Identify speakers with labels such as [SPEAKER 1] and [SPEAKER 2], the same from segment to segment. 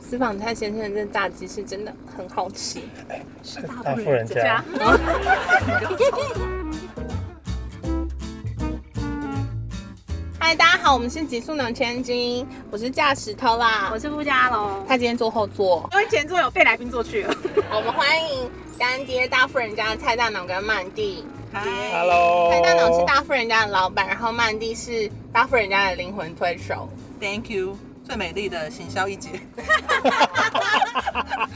[SPEAKER 1] 私房菜先生的炸鸡是真的很好吃，
[SPEAKER 2] 是
[SPEAKER 3] 大
[SPEAKER 2] 富
[SPEAKER 3] 户
[SPEAKER 2] 人
[SPEAKER 3] 人
[SPEAKER 2] 家
[SPEAKER 3] 家。
[SPEAKER 1] 嗨，大家好，我们是极速能千金，我是驾驶偷啦
[SPEAKER 3] 我。是傅家龙，
[SPEAKER 1] 他今天坐后座，
[SPEAKER 3] 因为前座有被来宾坐去了。
[SPEAKER 1] 我们欢迎干爹大富人家的蔡大脑跟曼蒂。
[SPEAKER 3] 嗨，
[SPEAKER 2] Hello，
[SPEAKER 1] 蔡大脑是大富人家的老板，然后曼蒂是大富人家的灵魂推手。
[SPEAKER 4] Thank you，最美丽的行销一姐，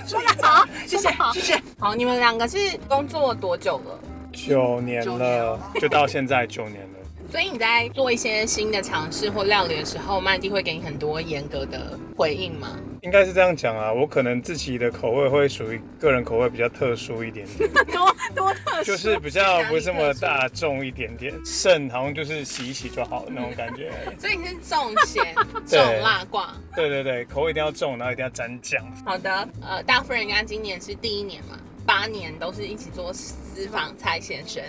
[SPEAKER 3] 说得好，
[SPEAKER 4] 谢谢谢谢。
[SPEAKER 1] 好，你们两个是工作多久了？
[SPEAKER 2] 九年
[SPEAKER 4] 九年
[SPEAKER 2] 了
[SPEAKER 4] 了，
[SPEAKER 2] 就到现在九年了。
[SPEAKER 1] 所以你在做一些新的尝试或料理的时候，曼蒂会给你很多严格的回应吗？
[SPEAKER 2] 应该是这样讲啊，我可能自己的口味会属于个人口味比较特殊一点点，
[SPEAKER 3] 多多特殊，
[SPEAKER 2] 就是比较不是那么大众一点点，剩好像就是洗一洗就好那种感觉。
[SPEAKER 1] 所以你是重咸、重
[SPEAKER 2] 对
[SPEAKER 1] 辣挂。
[SPEAKER 2] 对对对，口味一定要重，然后一定要沾酱。
[SPEAKER 1] 好的，呃，大夫人家今年是第一年嘛，八年都是一起做私房菜先生。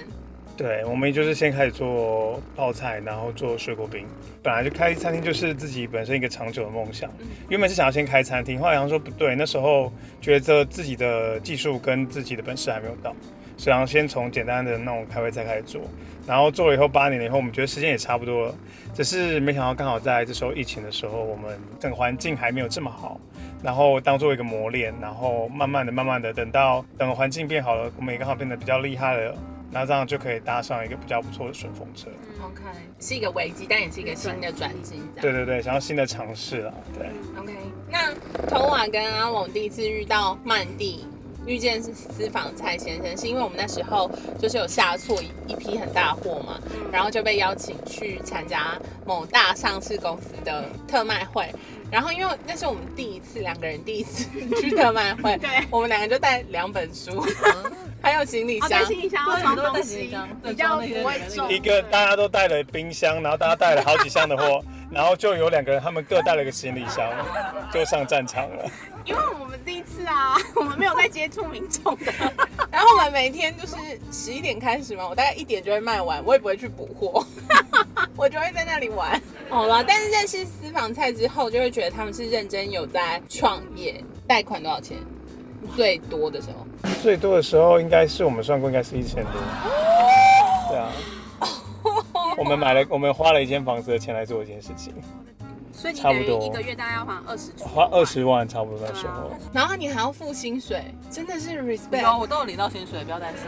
[SPEAKER 2] 对，我们就是先开始做泡菜，然后做水果冰。本来就开餐厅就是自己本身一个长久的梦想，原本是想要先开餐厅，后来好像说不对，那时候觉得自己的技术跟自己的本事还没有到，所以然后先从简单的那种开胃菜开始做。然后做了以后八年以后，我们觉得时间也差不多了，只是没想到刚好在这时候疫情的时候，我们整个环境还没有这么好，然后当做一个磨练，然后慢慢的、慢慢的，等到等环境变好了，我们也刚好变得比较厉害了，那这样就可以搭上一个比较不错的顺风车。
[SPEAKER 1] OK，是一个危机，但也是一个新的转机，这
[SPEAKER 2] 对
[SPEAKER 1] 样。
[SPEAKER 2] 对对，想要新的尝试啊，对，
[SPEAKER 1] OK，那 Toa 跟阿龙第一次遇到曼蒂。遇见是私房菜先生，是因为我们那时候就是有下错一一批很大的货嘛，然后就被邀请去参加某大上市公司的特卖会，然后因为那是我们第一次两个人第一次 去特卖 会，
[SPEAKER 3] 对
[SPEAKER 1] 我们两个就带两本 书，还有哦行李
[SPEAKER 3] 好
[SPEAKER 1] 箱
[SPEAKER 3] 担，心一下要装东西，比较不会重。
[SPEAKER 2] 一个大家都带了冰箱，然后大家带了好几箱的货， 然后就有两个人他们各带了一个行李箱，就上战场了。
[SPEAKER 3] 因为我们第一次啊， 我们没有在接触民众 的，
[SPEAKER 1] 然后我们每天就是十一点开始嘛，我大概一点就会卖完，我也不会去补货， 我就会在那里玩。哦好了，但是认识私房菜之后，就会觉得他们是认真有在创业。贷款多少钱？最多的时候，
[SPEAKER 2] 最多的时候应该是我们算过，应该是一千多。对啊，我们买了，我们花了一间房子的钱来做一件事情，
[SPEAKER 3] 所以你
[SPEAKER 2] 差
[SPEAKER 3] 等
[SPEAKER 2] 不
[SPEAKER 3] 于
[SPEAKER 2] 多
[SPEAKER 3] 一个月大概要还二十出，
[SPEAKER 2] 花二。十万差不多那时候。
[SPEAKER 1] 然后你还要付薪水，真的是
[SPEAKER 4] 有
[SPEAKER 1] respect。
[SPEAKER 4] 我都有领到薪水，不要担心。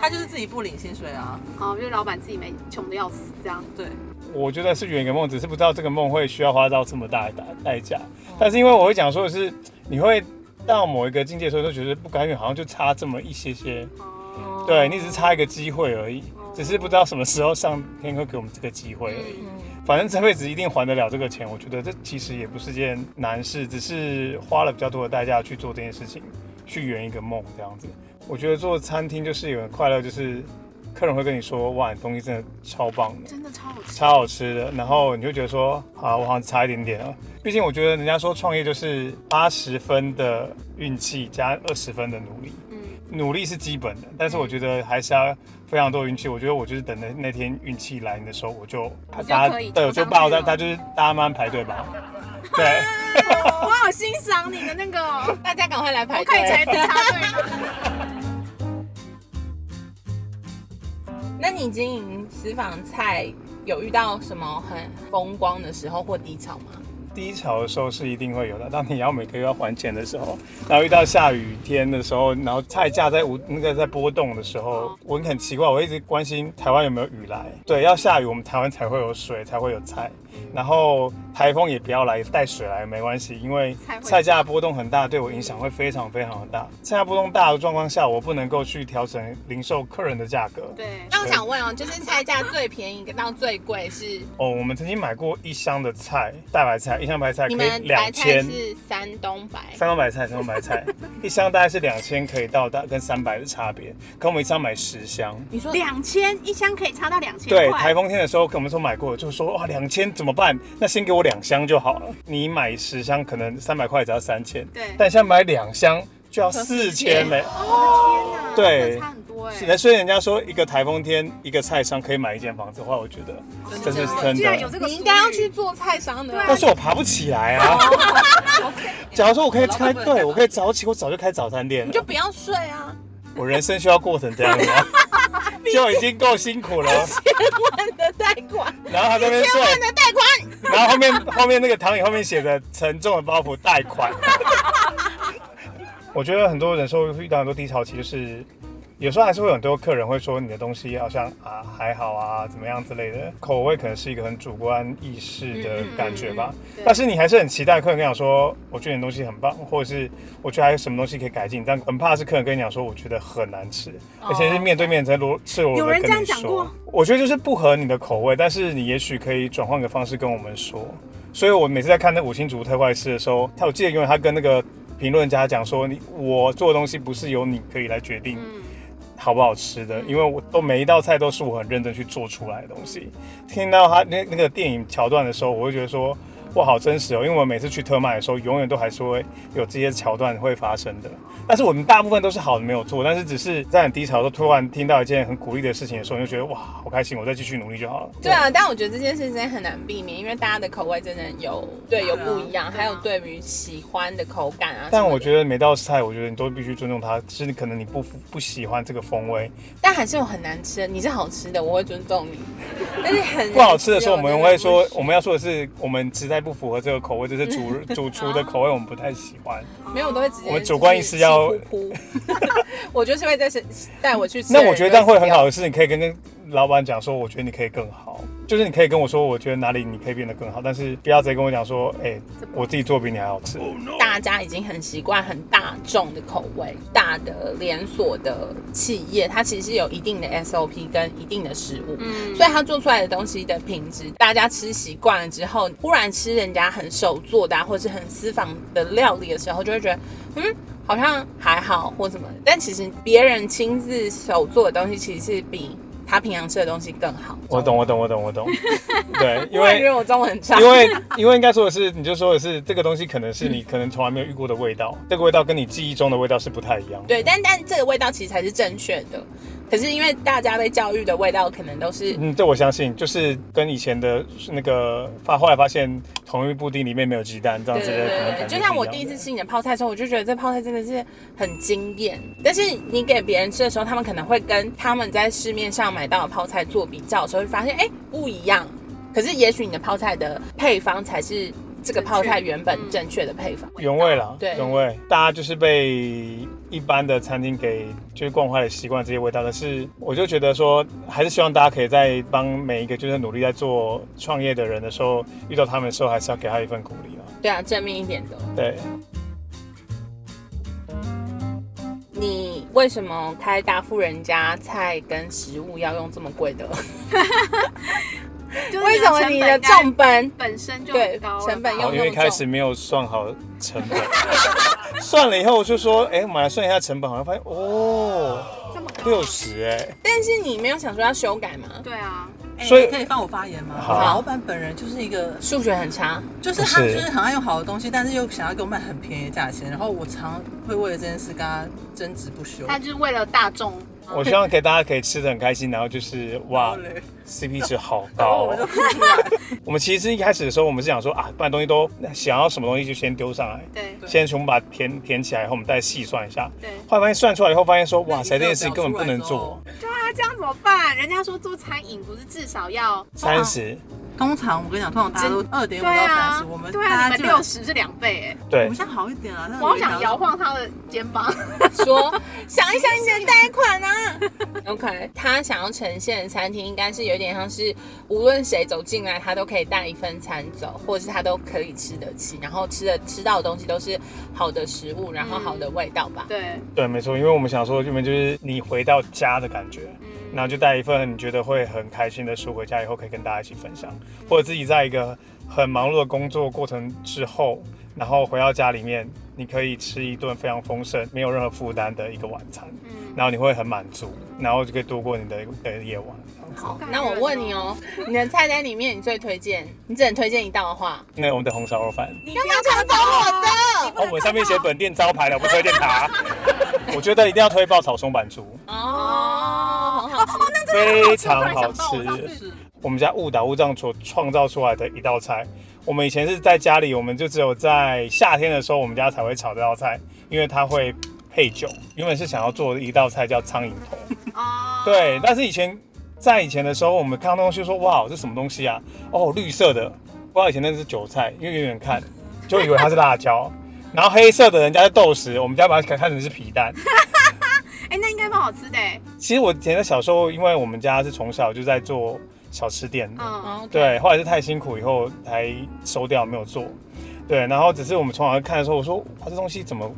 [SPEAKER 4] 他就是自己不领薪水啊，
[SPEAKER 3] 哦，就是老板自己没穷的要死这样。
[SPEAKER 4] 对，
[SPEAKER 2] 我觉得是圆一个梦，只是不知道这个梦会需要花到这么大的代代价。但是因为我会讲说的是，你会到某一个境界的时候，就觉得不甘愿，好像就差这么一些些。
[SPEAKER 3] 哦，
[SPEAKER 2] 对你只是差一个机会而已，只是不知道什么时候上天会给我们这个机会而已。反正这辈子一定还得了这个钱，我觉得这其实也不是件难事，只是花了比较多的代价去做这件事情，去圆一个梦这样子。我觉得做餐厅就是有很快乐，就是客人会跟你说：“哇，你东西真的超棒的。”
[SPEAKER 3] 真的超好吃。
[SPEAKER 2] 超好吃的，然后你就觉得说，啊，我好像差一点点了。毕竟我觉得人家说创业就是八十分的运气加二十分的努力，嗯，努力是基本的，但是我觉得还是要非常多运气。我觉得我就是等那那天运气来临的时候，我就
[SPEAKER 3] 就
[SPEAKER 2] 大
[SPEAKER 3] 可以
[SPEAKER 2] 家对，我就
[SPEAKER 3] 冲上去
[SPEAKER 2] 把我在，
[SPEAKER 3] 了
[SPEAKER 2] 他就是大家慢慢排队吧， 对。
[SPEAKER 3] 我好欣赏你的那 个哦，
[SPEAKER 1] 大家赶快来排
[SPEAKER 3] 我可以
[SPEAKER 1] 队
[SPEAKER 3] 才。插队吗？
[SPEAKER 1] 那你经营私房菜有遇到什么很风光的时候或低潮吗？
[SPEAKER 2] 低潮的时候是一定会有的，当你要每个月要还钱的时候，然后遇到下雨天的时候，然后菜价在无那个在波动的时候，我很奇怪，我一直关心台湾有没有雨来。对，要下雨，我们台湾才会有水，才会有菜。然后台风也不要来，带水来没关系，因为
[SPEAKER 3] 才会
[SPEAKER 2] 菜价波动很大，对我影响会非常非常的大。菜价波动大的状况下，我不能够去调整零售客人的价格。
[SPEAKER 3] 对，
[SPEAKER 1] 那我想问哦，就是菜价最便宜到最贵是
[SPEAKER 2] 哦，我们曾经买过一箱的菜，大白菜，一箱白菜可
[SPEAKER 1] 你
[SPEAKER 2] 以
[SPEAKER 1] 们白
[SPEAKER 2] 两
[SPEAKER 1] 菜
[SPEAKER 2] 千。
[SPEAKER 1] 是山东白，
[SPEAKER 2] 山东白菜，山东白菜一箱大概是两千，可以到大跟三百的差别。可我们一次要买十箱，
[SPEAKER 1] 你说
[SPEAKER 3] 两千一箱可以差到两千
[SPEAKER 2] 对，台
[SPEAKER 3] 块，
[SPEAKER 2] 风天的时候，我们说买过，就说哇两千怎么办？那先给我两箱就好了。你买十箱可能三百块只要三千，
[SPEAKER 3] 对
[SPEAKER 2] 但现在买两箱就要四千嘞。哦
[SPEAKER 3] 我的天哪，
[SPEAKER 2] 对
[SPEAKER 3] 真的差很多多哎、
[SPEAKER 2] 是的，所以人家说一个台风天一个菜商可以买一间房子的话，我觉得真的是真
[SPEAKER 3] 居然有
[SPEAKER 2] 的。
[SPEAKER 3] 这个，
[SPEAKER 1] 你应该要去。做菜商的啊，
[SPEAKER 2] 但是我爬不起来啊！假如说我可以开，对我可以早起，我早就开早餐店
[SPEAKER 1] 你
[SPEAKER 2] 了
[SPEAKER 1] 就。不要睡啊。
[SPEAKER 2] 我人生需要过成这样吗？就已经够辛苦了。
[SPEAKER 1] 万的贷款，
[SPEAKER 2] 然后他在那边睡，
[SPEAKER 1] 的贷款，
[SPEAKER 2] 然后后面后面那个躺椅后面写着沉重的包袱贷款。我觉得很多人说会遇到很多低潮期，就是有时候还是会有很多客人会说你的东西好像啊还好啊怎么样之类的，口味可能是一个很主观意识的感觉吧。但是你还是很期待客人跟你讲说，我觉得你的东西很棒，或者是我觉得还有什么东西可以改进，但很怕是客人跟你讲说，我觉得很难吃，而且是面对面在罗赤裸裸
[SPEAKER 3] 有
[SPEAKER 2] 的
[SPEAKER 3] 人
[SPEAKER 2] 跟你
[SPEAKER 3] 这样讲
[SPEAKER 2] 说
[SPEAKER 3] 过。
[SPEAKER 2] 我觉得就是不合你的口味，但是你也许可以转换个方式跟我们说。所以我每次在看那五星主厨特快吃的时候，他我记得永远他跟那个评论家讲说，你我做的东西不是由你可以来决
[SPEAKER 3] 嗯
[SPEAKER 2] 定。好不好吃
[SPEAKER 1] 嗯
[SPEAKER 2] 的，因为我都每一道菜都是我很认真去做出来的东西。听到他那那个电影桥段的时候，我会觉得说，哇，好真实哦！因为我们每次去特卖的时候，永远都还是会有这些桥段会发生的。但是我们大部分都是好的没有做，但是只是在很低潮的时候，突然听到一件很鼓励的事情的时候，你就觉得哇，好开心，我再继续努力就好了。
[SPEAKER 1] 对啊，但我觉得这件事情很难避免，因为大家的口味真的有对
[SPEAKER 3] 啊
[SPEAKER 1] 有不一样，还有对于喜欢的口感啊。
[SPEAKER 2] 但
[SPEAKER 1] 得，
[SPEAKER 2] 我觉得每道菜，我觉得你都必须尊重它，是可能你不不喜欢这个风味，
[SPEAKER 1] 但还是有很难吃的。你是好吃的，我会尊重你， 但是很
[SPEAKER 2] 不好吃的时候，我们会说
[SPEAKER 1] 难吃
[SPEAKER 2] 我们要说的是，我们实在不符合这个口味，就是主主厨的口味，我们不太喜欢。
[SPEAKER 1] 没有，我都会直接
[SPEAKER 2] 我们主观意识要
[SPEAKER 1] 就是气呼 呼我就是会在是带我去吃。
[SPEAKER 2] 那我觉得这样会很好的是，你可以跟跟老板讲说，我觉得你可以更好，就是你可以跟我说，我觉得哪里你可以变得更好，但是不要直接跟我讲说，哎、我自己做比你还好吃。
[SPEAKER 1] 大家已经很习惯很大众的口味，大的连锁的企业，它其实有一定的 SOP 跟一定的食物，所以它做出来的东西的品质，大家吃习惯了之后，忽然吃人家很手做的、啊、或是很私房的料理的时候，就会觉得，嗯。好像还好或什么，但其实别人亲自手做的东西，其实是比他平常吃的东西更好。
[SPEAKER 2] 我懂，我懂，我懂，我懂。对，因
[SPEAKER 1] 我也觉
[SPEAKER 2] 为
[SPEAKER 1] 得我中文很差，
[SPEAKER 2] 因为因为应该说的是，你就说的是这个东西可能是你可能从来没有遇过的味道，这个味道跟你记忆中的味道是不太一样的。
[SPEAKER 1] 对，但但这个味道其实才是正确的。可是因为大家被教育的味道，可能都是
[SPEAKER 2] 嗯，这我相信，就是跟以前的那个发，后来发现同一部丁里面没有鸡蛋这样
[SPEAKER 1] 对
[SPEAKER 2] 子
[SPEAKER 1] 对
[SPEAKER 2] 的，可能
[SPEAKER 1] 对
[SPEAKER 2] 感
[SPEAKER 1] 对，
[SPEAKER 2] 觉
[SPEAKER 1] 就是像我
[SPEAKER 2] 样
[SPEAKER 1] 第一次
[SPEAKER 2] 的
[SPEAKER 1] 吃你的泡菜的时候，我就觉得这泡菜真的是很惊艳。但是你给别人吃的时候，他们可能会跟他们在市面上买到的泡菜做比较的时候，会发现哎不一样。可是也许你的泡菜的配方才是这个泡菜原本正确的配方。
[SPEAKER 2] 原味啦，
[SPEAKER 1] 对
[SPEAKER 2] 原味，大家就是被一般的餐厅给就是惯坏了习惯这些味道，但是我就觉得说，还是希望大家可以在帮每一个就是努力在做创业的人的时候，遇到他们的时候，还是要给他一份鼓励啦。
[SPEAKER 1] 对啊，正面一点的。
[SPEAKER 2] 对，
[SPEAKER 1] 你为什么开大富人家菜跟食物要用这么贵的？
[SPEAKER 3] 就是
[SPEAKER 1] 为什么
[SPEAKER 3] 成
[SPEAKER 1] 你
[SPEAKER 3] 本
[SPEAKER 1] 的
[SPEAKER 3] 该
[SPEAKER 1] 重本
[SPEAKER 3] 本身就
[SPEAKER 1] 对
[SPEAKER 3] 很高了吧
[SPEAKER 1] 成本用
[SPEAKER 2] 好，因
[SPEAKER 1] 那
[SPEAKER 2] 为一
[SPEAKER 1] 么
[SPEAKER 2] 开
[SPEAKER 1] 重
[SPEAKER 2] 始没有算好成本， 算了以后我就说，哎、我们来算一下成本，好像发现哦，
[SPEAKER 3] 这么高？
[SPEAKER 2] 六十哎。
[SPEAKER 1] 但是你没有想说要修改吗？
[SPEAKER 3] 对啊，
[SPEAKER 4] 哎
[SPEAKER 2] 所以
[SPEAKER 4] 可以放我发言吗？
[SPEAKER 2] 好
[SPEAKER 4] 老板本人就是一个，
[SPEAKER 1] 数学很差，
[SPEAKER 4] 就是他
[SPEAKER 2] 不
[SPEAKER 4] 就是是很爱用好的东西，但是又想要给我卖很便宜的价钱，然后我常会为了这件事跟他争执不休。
[SPEAKER 3] 他就是为了大众。
[SPEAKER 2] 我希望给大家可以吃的很开心，然后就是哇
[SPEAKER 4] 好嘞
[SPEAKER 2] ，CP 值好
[SPEAKER 4] 然后
[SPEAKER 2] 高、
[SPEAKER 4] 我就
[SPEAKER 2] 哦。
[SPEAKER 4] 哭出来，
[SPEAKER 2] 我们其实一开始的时候，我们是想说啊，不然东西都想要什么东西就先丢上来，
[SPEAKER 3] 对
[SPEAKER 4] 对
[SPEAKER 2] 先全部把它填填起来，然后我们再细算一下。
[SPEAKER 3] 对
[SPEAKER 2] 后来发现算出来以后，发现说哇塞，这
[SPEAKER 4] 你没有
[SPEAKER 2] 件事情根本不能做。
[SPEAKER 3] 对啊，这样怎么办？人家说做餐饮不是至少要
[SPEAKER 2] 三十，
[SPEAKER 4] 通常我跟你讲，通常大家都二点五
[SPEAKER 3] 对
[SPEAKER 4] 到三
[SPEAKER 3] 啊
[SPEAKER 4] 十，我们，
[SPEAKER 3] 对啊，
[SPEAKER 4] 大
[SPEAKER 3] 你
[SPEAKER 4] 家
[SPEAKER 3] 们
[SPEAKER 4] 就
[SPEAKER 3] 六，十是两倍
[SPEAKER 4] 啊我
[SPEAKER 2] 对
[SPEAKER 4] 们，现在好一点了。但
[SPEAKER 3] 哎，
[SPEAKER 4] 是
[SPEAKER 3] 我好
[SPEAKER 4] 一条
[SPEAKER 3] 想摇晃他的肩膀。
[SPEAKER 1] 说想一想你的贷款啊。OK，他想要呈现的餐厅应该是有点像是，无论谁走进来，他都可以带一份餐走，或者是他都可以吃得起，然后吃的吃到的东西都是好的食物，然后好的味道吧。
[SPEAKER 3] 对，
[SPEAKER 2] 对，没错，因为我们想说，原本就是你回到家的感觉，然后就带一份你觉得会很开心的书回家，以后可以跟大家一起分享，或者自己在一个很忙碌的工作过程之后，然后回到家里面，你可以吃一顿非常丰盛、没有任何负担的一个晚餐，
[SPEAKER 3] 嗯
[SPEAKER 2] 然后你会很满足，然后就可以度过你的的夜晚。
[SPEAKER 1] 好
[SPEAKER 3] 感，人
[SPEAKER 1] 那我问你哦，你的菜单里面你最推荐，你只能推荐一道的 话，
[SPEAKER 2] 那我们的红烧肉饭，
[SPEAKER 3] 你
[SPEAKER 1] 干嘛抢走我的？
[SPEAKER 2] 哦，我上面写本店招牌了，我不推荐它。我觉得一定要推爆炒松板猪，
[SPEAKER 1] 哦，很好吃。
[SPEAKER 2] 非常好
[SPEAKER 3] 我突然想到我上
[SPEAKER 2] 吃
[SPEAKER 3] 次。
[SPEAKER 4] 是
[SPEAKER 2] 我们家误打误撞所创造出来的一道菜。我们以前是在家里，我们就只有在夏天的时候，我们家才会炒这道菜，因为它会配酒。原本是想要做的一道菜叫苍蝇头，
[SPEAKER 3] 哦，
[SPEAKER 2] 对。但是以前在以前的时候，我们看到东西就说哇，这什么东西啊？哦，绿色的，不知道以前那是韭菜，因为远远看就以为它是辣椒。然后黑色的人家是豆豉，我们家把它看成是皮蛋。
[SPEAKER 3] 哎，那应该蛮好吃的哎，
[SPEAKER 2] 其实我以前的小时候，因为我们家是从小就在做小吃店的，
[SPEAKER 3] 嗯，
[SPEAKER 1] 哦，
[SPEAKER 2] 对，后来是太辛苦以后才收掉，没有做。对，然后只是我们从小看的时候，我说哇，这东西怎么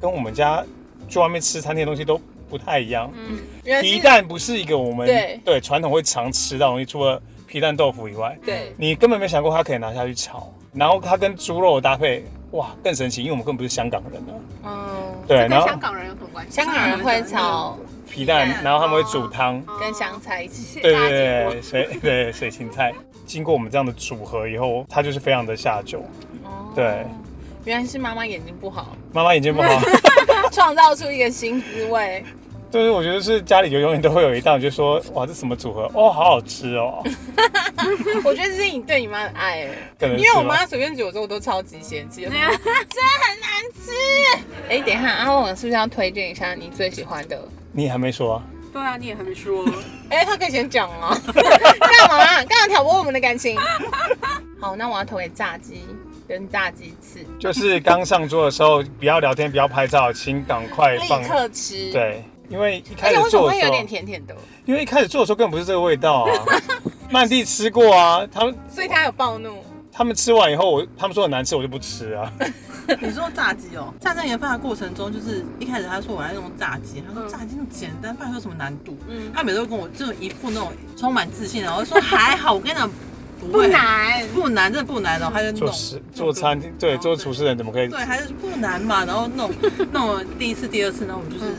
[SPEAKER 2] 跟我们家去外面吃餐厅的东西都不太一样？
[SPEAKER 1] 嗯，原来是
[SPEAKER 2] 皮蛋不是一个我们
[SPEAKER 1] 对
[SPEAKER 2] 传统会常吃到的东西，除了皮蛋豆腐以外，
[SPEAKER 1] 对，
[SPEAKER 2] 你根本没想过它可以拿下去炒，然后它跟猪肉的搭配，哇，更神奇，因为我们根本不是香港人啊。
[SPEAKER 1] 嗯，
[SPEAKER 2] 对，
[SPEAKER 3] 这
[SPEAKER 2] 然
[SPEAKER 3] 跟
[SPEAKER 2] 后
[SPEAKER 3] 香港人有什么关系？
[SPEAKER 1] 香港人会炒
[SPEAKER 2] 皮蛋
[SPEAKER 3] 皮，蛋
[SPEAKER 2] 然后他们会煮汤。
[SPEAKER 3] 哦
[SPEAKER 1] 跟香菜一起。
[SPEAKER 2] 对对
[SPEAKER 3] 大家见过
[SPEAKER 2] 对，水 对水芹菜，经过我们这样的组合以后，它就是非常的下酒。
[SPEAKER 1] 哦
[SPEAKER 2] 对，
[SPEAKER 1] 原来是妈妈眼睛不好，
[SPEAKER 2] 妈妈眼睛不好，
[SPEAKER 1] 创造出一个新滋 味。
[SPEAKER 2] 就是我觉得是家里就永远都会有一道，你就说哇这什么组合哦，好好 吃哦，
[SPEAKER 1] 我觉得这是你对你妈的爱哎，
[SPEAKER 2] 可能
[SPEAKER 1] 因
[SPEAKER 2] 是
[SPEAKER 1] 为我
[SPEAKER 2] 吧
[SPEAKER 1] 妈随便煮的时候我都超级嫌弃，我说 很难吃。哎，等一下，阿旺是不是要推荐一下你最喜欢的？
[SPEAKER 2] 你还没说啊、
[SPEAKER 3] 对啊，你也还没说，
[SPEAKER 1] 哎，他可以先讲啊， 干嘛啊？干嘛挑拨我们的感情？好，那我要投给炸鸡跟炸鸡翅，
[SPEAKER 2] 就是刚上桌的时候不要聊天，不要拍照，请赶快放
[SPEAKER 1] 立刻吃。，
[SPEAKER 2] 对，因为一
[SPEAKER 1] 而
[SPEAKER 2] 开始
[SPEAKER 1] 且为什么
[SPEAKER 2] 做的
[SPEAKER 1] 会有
[SPEAKER 2] 时候
[SPEAKER 1] 点，甜甜的？
[SPEAKER 2] 因为一开始做的时候根本不是这个味 道啊。曼蒂吃过啊，他们
[SPEAKER 1] 所以他有暴怒。
[SPEAKER 2] 他们吃完以后，我他们说很难吃，我就不吃啊。
[SPEAKER 1] 哦
[SPEAKER 4] 你说炸鸡哦，在那研发的过程中，就是一开始他说我要用炸鸡，
[SPEAKER 3] 嗯
[SPEAKER 4] 他说炸鸡那么简单，不然有什么难度？
[SPEAKER 1] 嗯
[SPEAKER 4] 他每次都跟我就一副那种充满自信，然后说还好，我跟你讲 不
[SPEAKER 3] 不
[SPEAKER 4] 会，
[SPEAKER 3] 难，
[SPEAKER 4] 不难，真的不难，然后他就
[SPEAKER 2] 做
[SPEAKER 4] 弄。
[SPEAKER 2] 食做 餐厅，对，做厨师人怎么可以？
[SPEAKER 4] 对，他就是不难嘛，然后弄弄了第一次、第二次，然后我们就是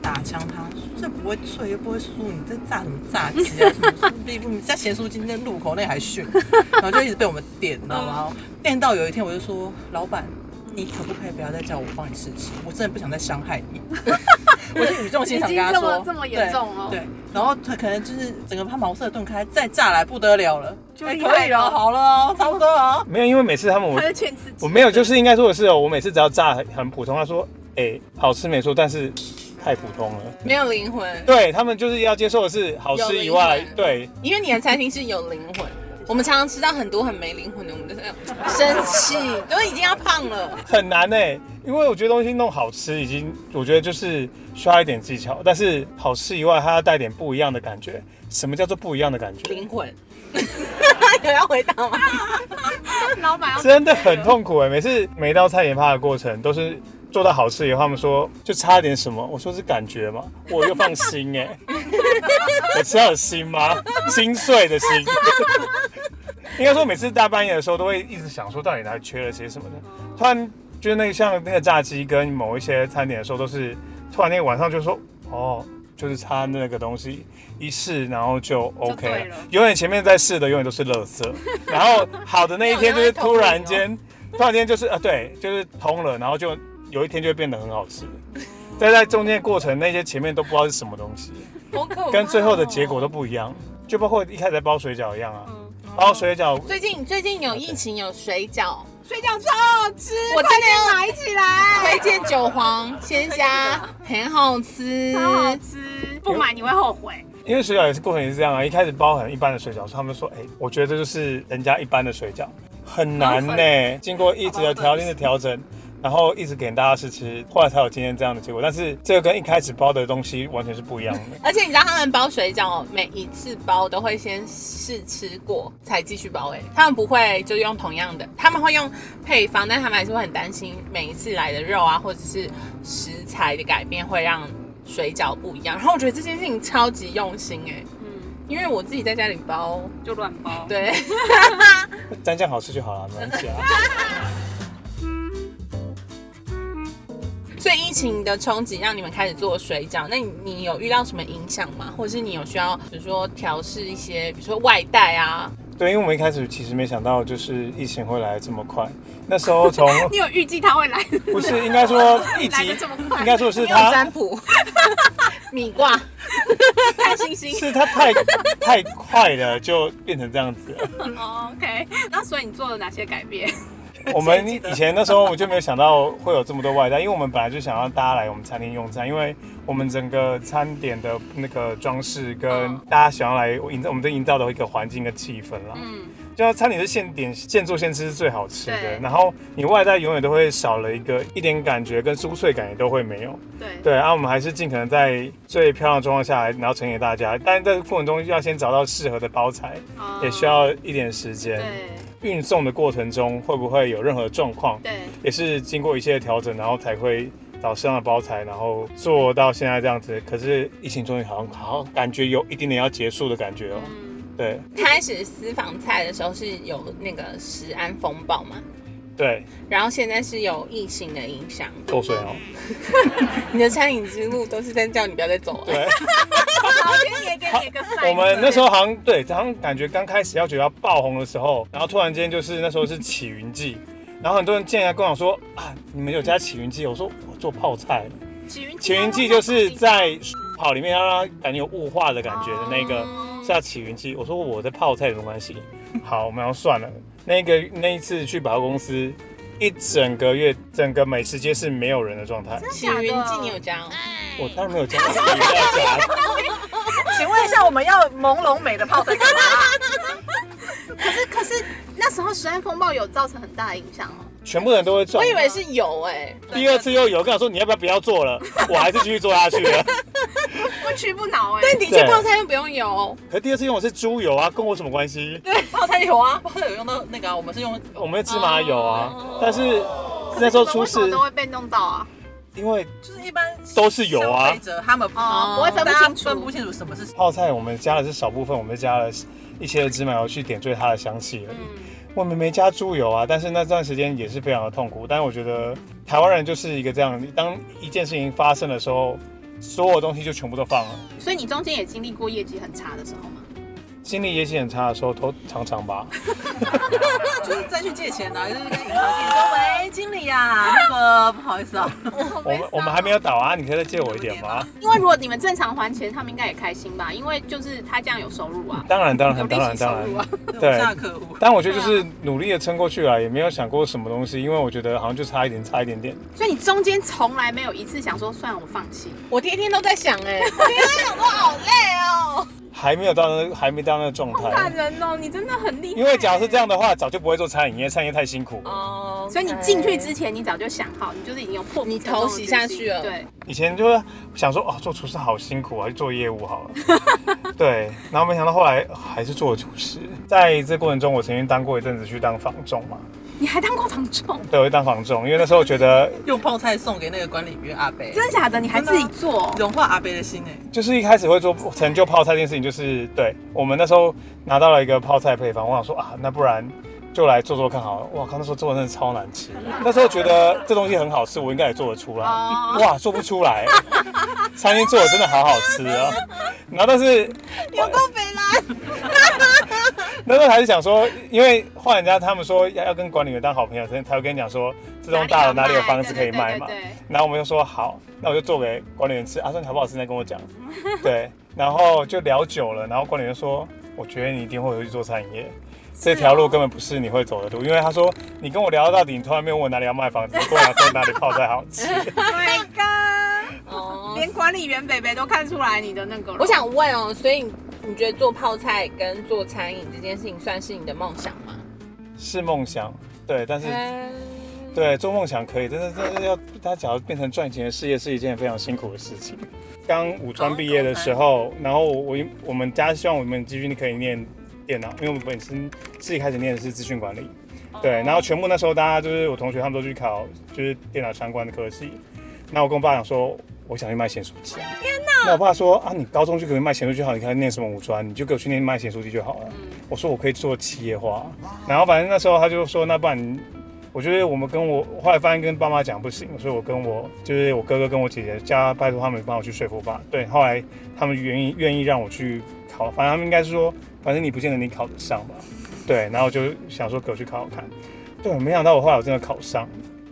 [SPEAKER 4] 打枪他，这不会脆又不会酥，你这炸什么炸鸡啊？什么比我们家咸酥鸡那路口那还逊，然后就一直被我们点，你知道吗？然后电到有一天我就说，老板。你可不可以不要再叫我帮你试吃？我真的不想再伤害你。 我就语重心长跟他
[SPEAKER 3] 已经这
[SPEAKER 4] 说
[SPEAKER 3] 么，这么严重了
[SPEAKER 4] 对，对然后他可能就是整个他茅塞顿开，再炸来不得了了，
[SPEAKER 3] 就
[SPEAKER 4] 哎
[SPEAKER 3] 厉
[SPEAKER 4] 可
[SPEAKER 3] 害
[SPEAKER 4] 以了，
[SPEAKER 3] 了
[SPEAKER 4] 好了哦，差不多了哦。
[SPEAKER 2] 没有，因为每次他们我
[SPEAKER 3] 他就劝自己，
[SPEAKER 2] 我没有，就是应该说的是哦，我每次只要炸很很普通，他说哎、好吃没错，但是太普通了。
[SPEAKER 1] 没有灵魂，
[SPEAKER 2] 对他们就是要接受的是好吃以外
[SPEAKER 1] 有灵，魂
[SPEAKER 2] 对
[SPEAKER 1] 因为你的餐厅是有灵魂。我们常常吃到很多很没灵魂的，我们就是生气，都已经要胖了。
[SPEAKER 2] 很难哎、因为我觉得东西弄好吃已经，我觉得就是需要一点技巧，但是好吃以外，它要带点不一样的感觉。什么叫做不一样的感觉？
[SPEAKER 1] 灵魂， 有要回答吗？
[SPEAKER 3] 老板 要
[SPEAKER 2] 真的很痛苦哎、每次每一道菜研发的过程都是。做到好吃以后，他们说就差点什么，我说是感觉嘛，我又放心 哎、我吃到有心吗？心碎的心。应该说每次大半夜的时候，都会一直想说到底哪里缺了些什么的。突然就是那个像那个炸鸡跟某一些餐点的时候，都是突然那个晚上就说哦，就是差那个东西一试，然后就 OK
[SPEAKER 3] 对了
[SPEAKER 2] 永远前面在试的永远都是垃圾，然后好的那一天就是突然间，突然间就是啊对，就是通了，然后就有一天就会变得很好吃。但在中间的过程，那些前面都不知道是什么东西。
[SPEAKER 1] 好可怕哦
[SPEAKER 2] 跟最后的结果都不一样，就包括一开始在包水饺一样啊，
[SPEAKER 3] 嗯
[SPEAKER 2] 包水饺
[SPEAKER 1] 最近最近有疫情有水饺，
[SPEAKER 3] 睡 觉超好吃，
[SPEAKER 1] 我真的要
[SPEAKER 3] 买起嗯来，
[SPEAKER 1] 推荐韭黄鲜虾，很好吃。
[SPEAKER 3] 超好吃，不买你会后悔。
[SPEAKER 2] 因为水饺也是过程也是这样啊，一开始包很一般的水饺，他们说，哎、我觉得这就是人家一般的水饺，很难呢、经过一直的条件的调整，然后一直给大家试吃，后来才有今天这样的结果。但是这个跟一开始包的东西完全是不一样的。
[SPEAKER 1] 而且你知道他们包水饺，每一次包都会先试吃过才继续包、欸。哎，他们不会就用同样的，他们会用配方，但他们还是会很担心每一次来的肉啊，或者是食材的改变会让水饺不一样。然后我觉得这件事情超级用心哎、欸
[SPEAKER 3] 嗯，
[SPEAKER 1] 因为我自己在家里包，
[SPEAKER 3] 就乱包。
[SPEAKER 1] 对，
[SPEAKER 2] 蘸酱好吃就好了，没关系啊。
[SPEAKER 1] 所以疫情的冲击让你们开始做水饺，那你你有遇到什么影响吗？或者是你有需要，比如说调试一些，比如说外带啊，
[SPEAKER 2] 对，因为我们一开始其实没想到，就是疫情会来得这么快。那时候从
[SPEAKER 3] 你有预计他会来？
[SPEAKER 2] 不是应该说一
[SPEAKER 3] 来
[SPEAKER 2] 集，
[SPEAKER 3] 的这么
[SPEAKER 2] 应
[SPEAKER 3] 快，
[SPEAKER 2] 该说是
[SPEAKER 5] 没有
[SPEAKER 2] 他
[SPEAKER 5] 占卜，
[SPEAKER 1] 米卦，
[SPEAKER 3] 看星星。
[SPEAKER 2] 是他太太快了，就变成这样子了。
[SPEAKER 3] 哦 OK，那所以你做了哪些改变？
[SPEAKER 2] 我们
[SPEAKER 4] 记得
[SPEAKER 2] 以前那时候我就没有想到会有这么多外带，因为我们本来就想要大家来我们餐厅用餐，因为我们整个餐点的那个装饰跟
[SPEAKER 1] 嗯
[SPEAKER 2] 大家想要来营造我们的营造的一个环境跟气氛啦。
[SPEAKER 3] 嗯，
[SPEAKER 2] 就像餐点是现点现做现吃是最好吃的
[SPEAKER 3] 对，
[SPEAKER 2] 然后你外带永远都会少了一个一点感觉跟酥脆感也都会没有。
[SPEAKER 3] 对，
[SPEAKER 2] 对啊，我们还是尽可能在最漂亮的状况下来，然后呈现给大家。但是在这个过程中，要先找到适合的包材，
[SPEAKER 3] 哦
[SPEAKER 2] 也需要一点时间。
[SPEAKER 3] 对
[SPEAKER 2] 运送的过程中会不会有任何状况，
[SPEAKER 3] 对
[SPEAKER 2] 也是经过一些调整，然后才会找适当的包材，然后做到现在这样子。可是疫情终于好像好像感觉有一点点要结束的感觉哦。
[SPEAKER 3] 嗯
[SPEAKER 2] 对
[SPEAKER 1] 开始私房菜的时候是有那个食安风暴嘛，
[SPEAKER 2] 对，
[SPEAKER 1] 然后现在是有疫情的影响，
[SPEAKER 2] 够水哦。
[SPEAKER 1] 你的餐饮之路都是在叫你不要再走了。
[SPEAKER 2] 对。
[SPEAKER 3] 好，今天也给你一个赛。
[SPEAKER 2] 我们那时候好像对，好像感觉刚开始要觉得要爆红的时候，然后突然间就是那时候是起云记，然后很多人进来跟我说啊，你们有加起云记？我说我做泡菜，
[SPEAKER 3] 起云
[SPEAKER 2] 起云记就是在跑里面要让它感觉有雾化的感觉的那个
[SPEAKER 3] 哦
[SPEAKER 2] 是叫起云记。我说我的泡菜有什么关系？好，我们要算了。那个那一次去百货公司，一整个月整个美食街是没有人的状态，
[SPEAKER 1] 起云记你有
[SPEAKER 3] 有
[SPEAKER 1] 加哦，
[SPEAKER 2] 我当然没有加，我没有加。
[SPEAKER 5] 请问一下，我们要朦胧美的泡菜干嘛？
[SPEAKER 3] 可是可是那时候食安风暴有造成很大的影响哦。
[SPEAKER 2] 全部人都会赚。
[SPEAKER 1] 我以为是有哎，
[SPEAKER 2] 啊第二次又有跟我说你要不要不要做了，我还是继续做下去了。
[SPEAKER 3] 不屈不挠哎、
[SPEAKER 1] 但的确泡菜又不用油，
[SPEAKER 2] 可第二次用的是猪油啊，跟我什么关系？
[SPEAKER 4] 泡菜有啊，泡菜有用到那个、啊，我们是用
[SPEAKER 2] 我们的芝麻油啊，但是那时候
[SPEAKER 3] 你们
[SPEAKER 2] 出
[SPEAKER 3] 为什
[SPEAKER 2] 事
[SPEAKER 3] 么，都会被弄到啊。
[SPEAKER 2] 因为
[SPEAKER 4] 就是一般
[SPEAKER 2] 都是油啊
[SPEAKER 4] 消费者他们
[SPEAKER 3] 哦，不会分不
[SPEAKER 4] 大家
[SPEAKER 3] 清楚，
[SPEAKER 4] 分不清楚什么是
[SPEAKER 2] 泡菜我们加的是少部分，我们加了一些芝麻油去点缀它的香气而已。我们没加猪油啊，但是那段时间也是非常的痛苦。但是我觉得台湾人就是一个这样，当一件事情发生的时候，所有东西就全部都放了。
[SPEAKER 3] 所以你中间也经历过业绩很差的时候吗？
[SPEAKER 2] 心理业绩很差的时候，都常常吧。
[SPEAKER 4] 就是再去借钱啊，
[SPEAKER 1] 哦
[SPEAKER 4] 就是跟银行经理说，喂，经理啊，那个不好意思啊，
[SPEAKER 2] 我们我们还没有倒啊，你可以再借我一点吗？
[SPEAKER 3] 因为如果你们正常还钱，他们应该也开心吧？因为就是他这样有收入啊，
[SPEAKER 2] 当然，当
[SPEAKER 3] 有
[SPEAKER 2] 然，
[SPEAKER 3] 利
[SPEAKER 2] 当然，
[SPEAKER 3] 息收
[SPEAKER 2] 当然
[SPEAKER 3] 入。啊。
[SPEAKER 2] 对
[SPEAKER 4] 下客户。
[SPEAKER 2] 但我觉得就是努力的撑过去啊了，也没有想过什么东西，因为我觉得好像就差一点，差一点点。
[SPEAKER 3] 所以你中间从来没有一次想说，算了，我放弃。
[SPEAKER 1] 我天天都在想哎，
[SPEAKER 2] 还没有到那，还没到那个状态。
[SPEAKER 3] 人哦，你真的很厉
[SPEAKER 2] 因为假如是这样的话，早就不会做餐饮业，餐饮业太辛苦。
[SPEAKER 1] 哦，
[SPEAKER 3] 所以你进去之前，你早就想好，你就是已经有破釜
[SPEAKER 1] 你
[SPEAKER 3] 沉舟的
[SPEAKER 1] 头洗
[SPEAKER 3] 决心
[SPEAKER 1] 下去了
[SPEAKER 3] 对，
[SPEAKER 2] 以前就是想说，哦，做厨师好辛苦啊，去做业务好了。 对，然后没想到后来呃还是做了厨师。在这过程中，我曾经当过一阵子去当房仲嘛，
[SPEAKER 3] 你还当过房仲，
[SPEAKER 2] 对，我去当房仲，因为那时候我觉得
[SPEAKER 4] 用泡菜送给那个管理员阿贝，
[SPEAKER 3] 真的假的？你还自己做哦？
[SPEAKER 4] 融化阿贝的心哎、
[SPEAKER 2] 就是一开始会做成就泡菜这件事情，就是对我们那时候拿到了一个泡菜配方，我想说啊，那不然就来做做看好了。哇靠，那时候做的真的超难吃，那时候觉得这东西很好吃，我应该也做得出来。
[SPEAKER 3] 哦
[SPEAKER 2] 哇，做不出来，餐厅做的真的好好吃啊。然后但是有够肥啦。那时候还是想说，因为换人家他们说要要跟管理员当好朋友，才才会跟你讲说这栋大楼哪里有房子可以卖嘛
[SPEAKER 3] 对。对对对对
[SPEAKER 2] 然后我们就说好，那我就做给管理员吃。啊，说你好不好吃，你再跟我讲。对，然后就聊久了，然后管理员说，我觉得你一定会回去做餐饮业，这条路根本不是你会走的路，因为他说你跟我聊到底，你从来没有问我哪里要卖房子，你跟我讲说哪里泡菜好吃。
[SPEAKER 3] Oh ，My God，
[SPEAKER 1] 哦
[SPEAKER 3] 连管理员北北都看出来你的那个了。
[SPEAKER 1] 我想问哦，所以你觉得做泡菜跟做餐饮这件事情算是你的梦想吗？
[SPEAKER 2] 是梦想，对，但是
[SPEAKER 1] 嗯
[SPEAKER 2] 对做梦想可以，但是但是要他假如变成赚钱的事业是一件非常辛苦的事情。刚武川毕业的时候，然后我我我们家希望我们继续可以念电脑，因为我们本身自己开始念的是资讯管理，对，然后全部那时候大家就是我同学他们都去考就是电脑相关的科系，那我跟我爸讲说。我想去卖咸酥鸡。天哪！那我爸说啊，你高中就可以卖咸酥鸡就好，你看念什么五专，你就给我去念卖咸酥鸡就好了。我说我可以做企业化，然后反正那时候他就说，那不然你我觉得我们跟我我后来发现跟爸妈讲不行，所以我跟我就是我哥哥跟我姐姐家拜托他们帮我去说服我爸。对，后来他们愿意愿意让我去考，反正他们应该是说，反正你不见得你考得上吧。对，然后我就想说给我去考考看，对，没想到我后来我真的考上，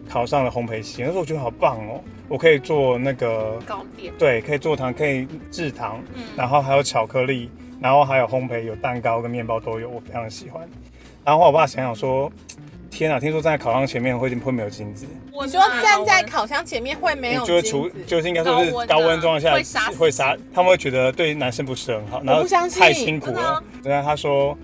[SPEAKER 2] 考上了烘焙系，那时候我觉得好棒哦，我可以做那个
[SPEAKER 3] 糕点，
[SPEAKER 2] 对，可以做糖，可以制糖，然后还有巧克力，然后还有烘焙，有蛋糕跟面包都有，我非常喜欢。然后我爸想想说，天啊，听说站在烤箱前面会会没有金子，
[SPEAKER 1] 我说
[SPEAKER 4] 啊
[SPEAKER 1] 站在烤箱前面会没
[SPEAKER 2] 你
[SPEAKER 1] 有
[SPEAKER 2] 觉得
[SPEAKER 1] 金
[SPEAKER 2] 厨
[SPEAKER 1] 子
[SPEAKER 2] 就是应该说是高温状况下
[SPEAKER 1] 会杀死
[SPEAKER 2] 会杀，他们会觉得对男生不是很好，然后
[SPEAKER 1] 相信
[SPEAKER 2] 太辛苦
[SPEAKER 5] 真的
[SPEAKER 2] 了
[SPEAKER 5] 吗。
[SPEAKER 2] 对啊，他说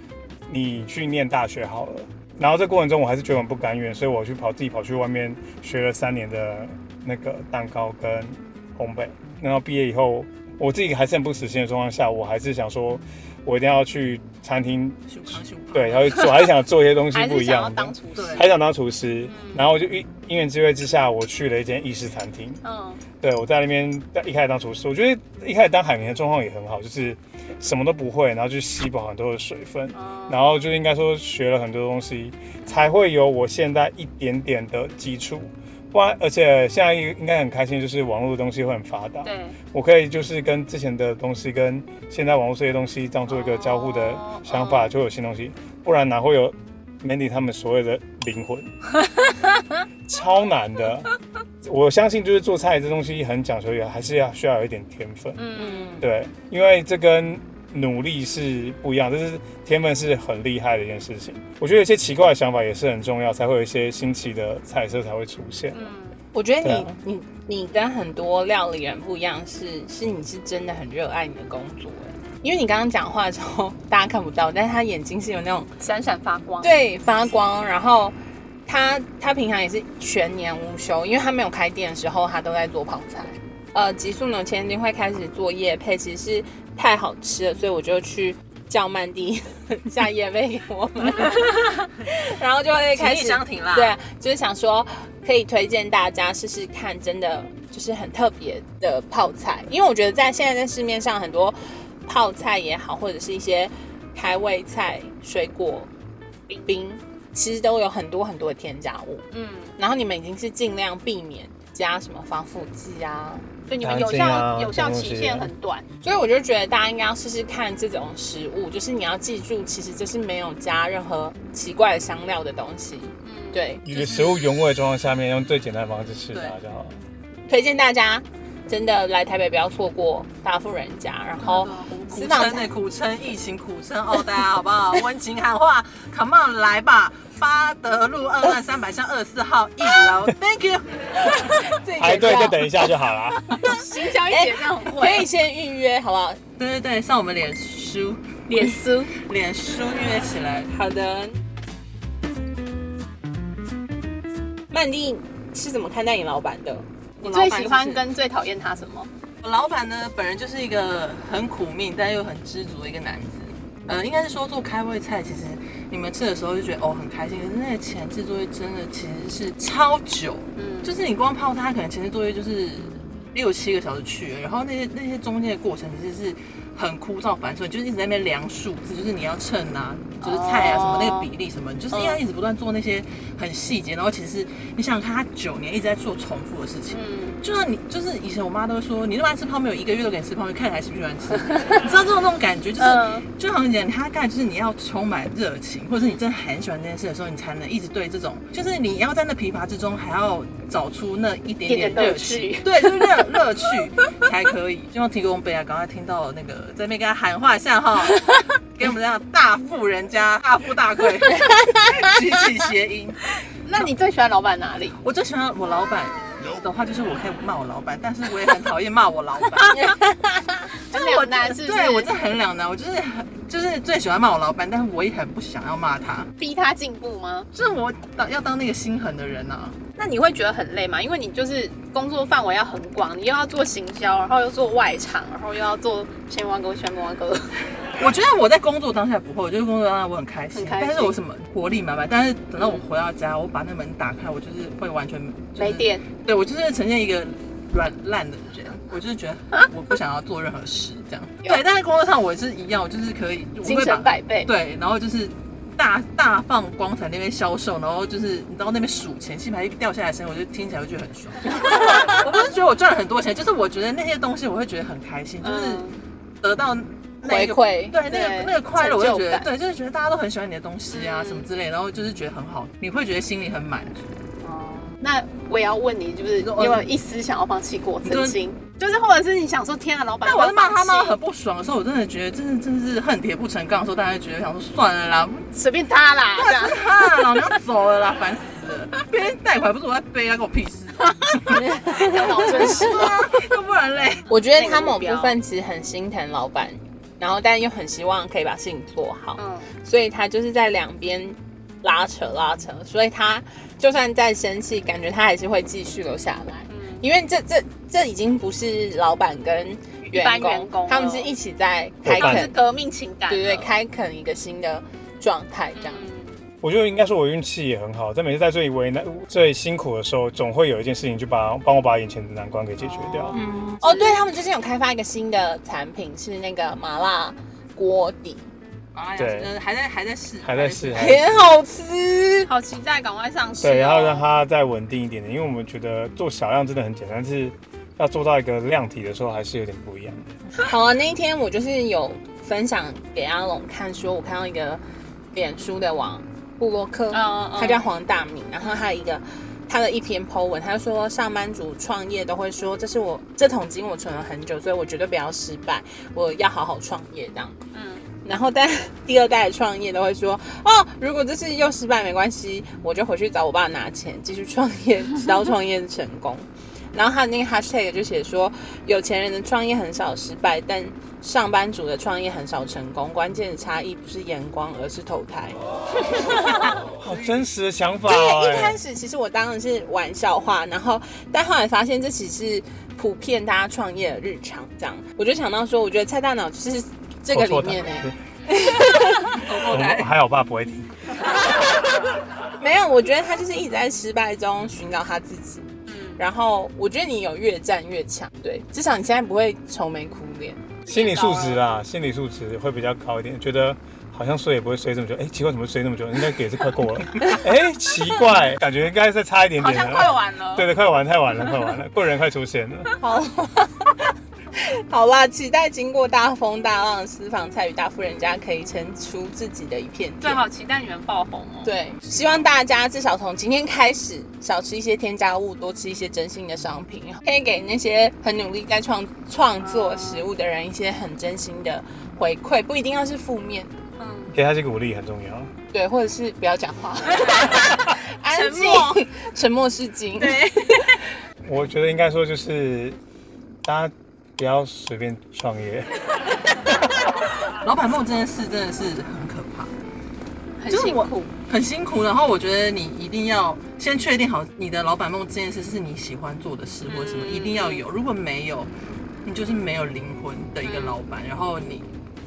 [SPEAKER 2] 你去念大学好了。然后这过程中我还是觉得很不甘愿，所以我去跑自己跑去外面学了三年的那个蛋糕跟烘焙。然后毕业以后，我自己还是很不死心的状况下，我还是想说，我一定要去餐厅，
[SPEAKER 4] 修康修康，
[SPEAKER 2] 对，然后 做，还是想做一些东西
[SPEAKER 1] 还
[SPEAKER 2] 不
[SPEAKER 1] 是
[SPEAKER 2] 一
[SPEAKER 1] 想要
[SPEAKER 2] 样的
[SPEAKER 1] 当，厨师？嗯
[SPEAKER 4] 对
[SPEAKER 2] 还想当厨师。然后我就因因缘机会之下，我去了一间意式餐厅。
[SPEAKER 5] 嗯，
[SPEAKER 2] 对，我在那边一开始当厨师，我觉得一开始当海绵的状况也很好，就是什么都不会，然后就吸饱很多的水分，然后就应该说学了很多东西，才会有我现在一点点的基础。不然，而且现在应该很开心，就是网络的东西会很发达，
[SPEAKER 5] 对，
[SPEAKER 2] 我可以就是跟之前的东西跟现在网络这些东西当做一个交互的想法，就有新东西。不然哪会有 Mandy 他们所谓的灵魂？ 超难的。我相信就是做菜这东西很讲究，也还是要需要有一点天分。
[SPEAKER 5] 嗯，
[SPEAKER 2] 对，因为这跟努力是不一样，这是天分是很厉害的一件事情。我觉得有些奇怪的想法也是很重要，才会有一些新奇的菜色才会出现。
[SPEAKER 3] 嗯
[SPEAKER 1] 我觉
[SPEAKER 2] 对
[SPEAKER 1] 得
[SPEAKER 2] 啊
[SPEAKER 1] 你、你你跟很多料理人不一样是，是你是真的很热爱你的工作哎，因为你刚刚讲话的时候大家看不到，但是他眼睛是有那种
[SPEAKER 5] 闪闪发光，，
[SPEAKER 1] 对发光，然后他他平常也是全年无休，因为他没有开店的时候，他都在做泡菜。呃，极速牛千金会开始做夜配，其实是太好吃了，所以我就去叫曼迪 下夜配给我们，然后就会
[SPEAKER 5] 情
[SPEAKER 1] 开
[SPEAKER 5] 意
[SPEAKER 1] 始
[SPEAKER 5] 相挺啦，
[SPEAKER 1] 对，就是想说可以推荐大家试试看，真的就是很特别的泡菜，因为我觉得在现在在市面上很多泡菜也好，或者是一些开胃菜、水果冰，其实都有很多很多的添加物，
[SPEAKER 5] 嗯，
[SPEAKER 1] 然后你们已经是尽量避免加什么防腐剂啊。
[SPEAKER 3] 对你们有
[SPEAKER 2] 弹性啊
[SPEAKER 3] 效有效
[SPEAKER 2] 这种东西
[SPEAKER 3] 期限很短，
[SPEAKER 1] 所以我就觉得大家应该要试试看这种食物，就是你要记住，其实这是没有加任何奇怪的香料的东西。
[SPEAKER 5] 嗯，
[SPEAKER 1] 对，
[SPEAKER 2] 一个食物原味的状况下面，用最简单的方式吃它
[SPEAKER 4] 对
[SPEAKER 2] 就好了。
[SPEAKER 1] 推荐大家真的来台北不要错过大富人家，然后私
[SPEAKER 4] 苦
[SPEAKER 1] 房
[SPEAKER 4] 撑
[SPEAKER 1] 菜
[SPEAKER 4] 呢，苦撑疫情，苦撑哦，大家好不好？温情喊话，Come on 来吧！巴德路二段三百巷二十四号一楼，Thank you。
[SPEAKER 2] 排队再等一哎下就 好啦。
[SPEAKER 3] 行销一姐这样很
[SPEAKER 4] 啊
[SPEAKER 1] 可以
[SPEAKER 3] 会，
[SPEAKER 1] 先预约好不好？
[SPEAKER 4] 对对对，上我们脸书，
[SPEAKER 3] 脸书。
[SPEAKER 4] 脸书预约起来。
[SPEAKER 1] 好的。曼丽是怎么看待你老板的？
[SPEAKER 3] 你
[SPEAKER 1] 你
[SPEAKER 3] 最喜欢跟最讨厌他什么？
[SPEAKER 4] 我老板呢，本人就是一个很苦命但又很知足的一个男子。呃，应该是说做开胃菜，其实你们吃的时候就觉得哦很开心，可是那个前置作业真的其实是超久，
[SPEAKER 3] 嗯，就
[SPEAKER 4] 就是你光泡它，可能前置作业就是六七个小时去了，然后那些那些中间的过程其实是很枯燥繁琐，就是一直在那边量数字，就是你要称啊，就是菜啊什么
[SPEAKER 3] 哦
[SPEAKER 4] 那个比例什么，你就是要一直不断做那些很细节，然后其实你想想看，他九年一直在做重复的事情，
[SPEAKER 3] 嗯，
[SPEAKER 4] 就像你，就是以前我妈都会说，你那么爱吃泡面，我一个月都给你吃泡面，看你还喜不喜欢吃。 你知道这种那种感觉，就是、
[SPEAKER 3] 嗯
[SPEAKER 4] 就好像讲，它大概就是你要充满热情，或者是你真的很喜欢这件事的时候，你才能一直对这种，就是你要在那疲乏之中，还要找出那一点点
[SPEAKER 3] 一点点
[SPEAKER 4] 乐
[SPEAKER 3] 乐趣
[SPEAKER 4] 趣， 对，就是乐乐趣才可以。希望提供贝啊，赶快听到那个在那边跟他喊话一下哈， 给我们这样大富人家、大富 大贵，举起谐音。
[SPEAKER 3] 那你最喜欢老板哪里？
[SPEAKER 4] 我最喜欢我老板的话，就是我可以骂我老板，但是我也很讨厌骂我老 板。
[SPEAKER 3] 很两
[SPEAKER 4] 我真
[SPEAKER 3] 难是不是？
[SPEAKER 4] 对我这很两难，我就是很就是最喜欢骂我老板，但是我也很不想要骂他，
[SPEAKER 3] 逼他进步吗？
[SPEAKER 4] 就是我当要当那个心狠的人啊。
[SPEAKER 3] 那你会觉得很累吗？因为你就是工作范围要很广，你又要做行销，然后又做外场，然后又要做千万哥、千万哥，
[SPEAKER 4] 我觉得我在工作当下不会，我就是工作当下我很开心，
[SPEAKER 3] 很开心
[SPEAKER 4] 但是我什么活力满满，但是等到我回到家，我把那门打开，我就是会完全、就是、
[SPEAKER 3] 没电。
[SPEAKER 4] 对我就是呈现一个软烂的人，我就是觉得 我不想要做任何事这样。对，但是工作上我是一样，我就是可以，我会
[SPEAKER 3] 精
[SPEAKER 4] 把
[SPEAKER 3] 神百倍。
[SPEAKER 4] 对，然后就是大大放光彩那边销售，然后就是你知道那边数钱，信牌一掉下来的声音，我就听起来会觉得很爽。我不是觉得我赚了很多钱，就是我觉得那些东西我会觉得很开心，就是
[SPEAKER 3] 嗯，
[SPEAKER 4] 得到那个
[SPEAKER 1] 回馈
[SPEAKER 4] 对那
[SPEAKER 3] 对
[SPEAKER 4] 个那个快乐，我就觉得
[SPEAKER 3] 成就感
[SPEAKER 4] 对，就是觉得大家都很喜欢你的东西啊，
[SPEAKER 3] 嗯
[SPEAKER 4] 什么之类，然后就是觉得很好，你会觉得心里很满足。
[SPEAKER 3] 那我也要问你，就是你有没有一丝想要放弃过？曾经，就是或者是你想说，天啊，老板，
[SPEAKER 4] 但我是骂他骂
[SPEAKER 3] 妈
[SPEAKER 4] 得很不爽的时候，我真的觉得真的真的是恨铁不成钢的时候，大家就觉得想说算了啦，
[SPEAKER 3] 随便他啦，这样。
[SPEAKER 4] 啊，老娘走了啦，烦死了，别人贷款不是我在背啊，关我屁事。
[SPEAKER 3] 讲到真 实，
[SPEAKER 4] 对啊，要不然嘞，
[SPEAKER 1] 我觉得他某部分其实很心疼老板，然后但又很希望可以把事情做好，
[SPEAKER 3] 嗯，
[SPEAKER 1] 所以他就是在两边拉扯拉扯，所以他就算再生气，感觉他还是会继续留下来，
[SPEAKER 3] 嗯
[SPEAKER 1] 因为这这这已经不是老板跟员
[SPEAKER 3] 般
[SPEAKER 1] 工，
[SPEAKER 3] 员工
[SPEAKER 1] 他们
[SPEAKER 3] 了
[SPEAKER 1] 是一起在开
[SPEAKER 2] 伙伴
[SPEAKER 3] 是
[SPEAKER 1] 垦，
[SPEAKER 3] 革命情感，嗯
[SPEAKER 1] 对对，开垦一个新的状态这样。
[SPEAKER 2] 我觉得应该说我运气也很好，在每次在最为难、最辛苦的时候，总会有一件事情就把帮我把眼前的难关给解决掉。
[SPEAKER 3] 哦
[SPEAKER 1] 嗯，哦，对他们最近有开发一个新的产品，是那个麻辣锅底，
[SPEAKER 4] 哎呀
[SPEAKER 2] 对，
[SPEAKER 4] 嗯还在还在试，
[SPEAKER 2] 还在试还在试
[SPEAKER 1] 很好吃。
[SPEAKER 3] 好期待赶快上市。哦
[SPEAKER 2] 对，然后让它再稳定一点点，因为我们觉得做小量真的很简单，但是要做到一个量体的时候，还是有点不一样。
[SPEAKER 1] 好啊，那一天我就是有分享给阿龙看，说我看到一个脸书的网布洛克，
[SPEAKER 3] 嗯嗯
[SPEAKER 1] 他叫黄大明，然后他有一个他的一篇 po 文，他说上班族创业都会说，这是我这桶金我存了很久，所以我绝对不要失败，我要好好创业这样。
[SPEAKER 3] 嗯，
[SPEAKER 1] 然后但第二代创业都会说，哦，如果这次又失败没关系，我就回去找我爸拿钱继续创业， 直到创业成功。然后他的那个 hashtag 就写说，有钱人的创业很少失败，但上班族的创业很少成功，关键的差异不是眼光，而是投胎。
[SPEAKER 2] 好真实的想法、
[SPEAKER 1] 哦对，一开
[SPEAKER 2] 哎，
[SPEAKER 1] 始其实我当然是玩笑话，然后但后来发现这其实是普遍大家创业的日常这样。我就想到说，我觉得菜大脑就是这个
[SPEAKER 2] 我错
[SPEAKER 1] 里面呢、
[SPEAKER 2] 台了我我还好，我爸不会听。
[SPEAKER 1] 没有，我觉得他就是一直在失败中寻找他自己。然后我觉得你有越战越强，对，至少你现在不会愁眉苦脸。
[SPEAKER 2] 心理素质啦，
[SPEAKER 3] 啊
[SPEAKER 2] 心理素质会比较高一点，觉得好像睡也不会睡这么久。哎、奇怪，怎么睡那么久？应该给是快 过了。哎、奇怪，感觉应该再差一点
[SPEAKER 3] 好
[SPEAKER 2] 点
[SPEAKER 3] 像快
[SPEAKER 2] 了。
[SPEAKER 3] 完了。
[SPEAKER 2] 对对，快完，太晚了，快完了，贵人快出现 了。
[SPEAKER 1] 好，好啦，期待经过大风大浪的私房菜与大富人家可以撑出自己的一片
[SPEAKER 3] 对，
[SPEAKER 1] 天。
[SPEAKER 3] 好期待你们爆红哦。
[SPEAKER 1] 对，希望大家至少从今天开始少吃一些添加物，多吃一些真心的商品，可以给那些很努力在创创作食物的人一些很真心的回馈，不一定要是负面，
[SPEAKER 3] 嗯，
[SPEAKER 2] 给他一些鼓励很重要。
[SPEAKER 1] 对，或者是不要讲话，安静
[SPEAKER 3] 沉默，
[SPEAKER 1] 沉默是 金。
[SPEAKER 3] 对，
[SPEAKER 2] 我觉得应该说就是，大家不要随便创业。
[SPEAKER 4] 老板梦这件事真的是很可怕。
[SPEAKER 3] 很
[SPEAKER 4] 就是
[SPEAKER 3] 辛
[SPEAKER 4] 我
[SPEAKER 3] 苦。
[SPEAKER 4] 很辛苦，然后我觉得你一定要先确定好你的老板梦这件事是你喜欢做的事或者什么，
[SPEAKER 3] 嗯
[SPEAKER 4] 一定要有。如果没有，你就是没有灵魂的一个老板。然后你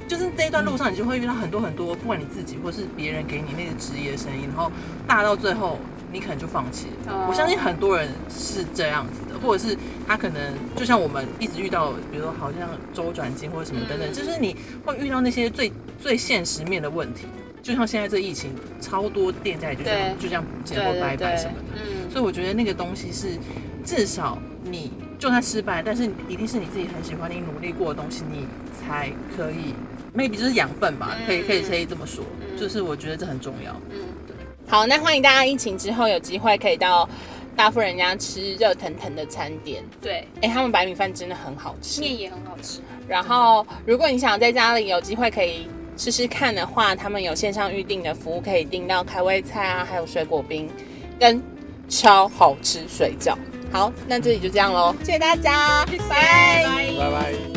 [SPEAKER 4] 就是这一段路上，你就会遇到很多很多，不管你自己或是别人给你那个职业声音，然后大到最后你可能就放弃了
[SPEAKER 3] 哦。
[SPEAKER 4] 我相信很多人是这样子的，或者是他可能就像我们一直遇到，比如说好像周转金或者什么等等，
[SPEAKER 3] 嗯
[SPEAKER 4] 就是你会遇到那些最最现实面的问题。就像现在这疫情，超多店家也就这样
[SPEAKER 3] 对
[SPEAKER 4] 就这样不见或
[SPEAKER 3] 对
[SPEAKER 4] 拜
[SPEAKER 3] 对
[SPEAKER 4] 拜什
[SPEAKER 3] 对
[SPEAKER 4] 么，的。
[SPEAKER 3] 嗯，
[SPEAKER 4] 所以我觉得那个东西是，至少你就算失败，但是一定是你自己很喜欢、你努力过的东西，你才可以，maybe 就是养分吧，
[SPEAKER 3] 嗯
[SPEAKER 4] 可以可以可以这么说，
[SPEAKER 3] 嗯
[SPEAKER 4] 就是我觉得这很重要。
[SPEAKER 3] 嗯，
[SPEAKER 1] 好，那欢迎大家疫情之后有机会可以到大富人家吃热腾腾的餐点。
[SPEAKER 3] 对，
[SPEAKER 1] 哎、他们白米饭真的很好吃。
[SPEAKER 3] 面也很好吃。
[SPEAKER 1] 然后，如果你想在家里有机会可以试试看的话，他们有线上预订的服务，可以订到开胃菜啊，还有水果冰，跟超好吃水饺。好，那这里就这样喽，谢谢大家，拜
[SPEAKER 3] 拜。
[SPEAKER 2] 拜拜。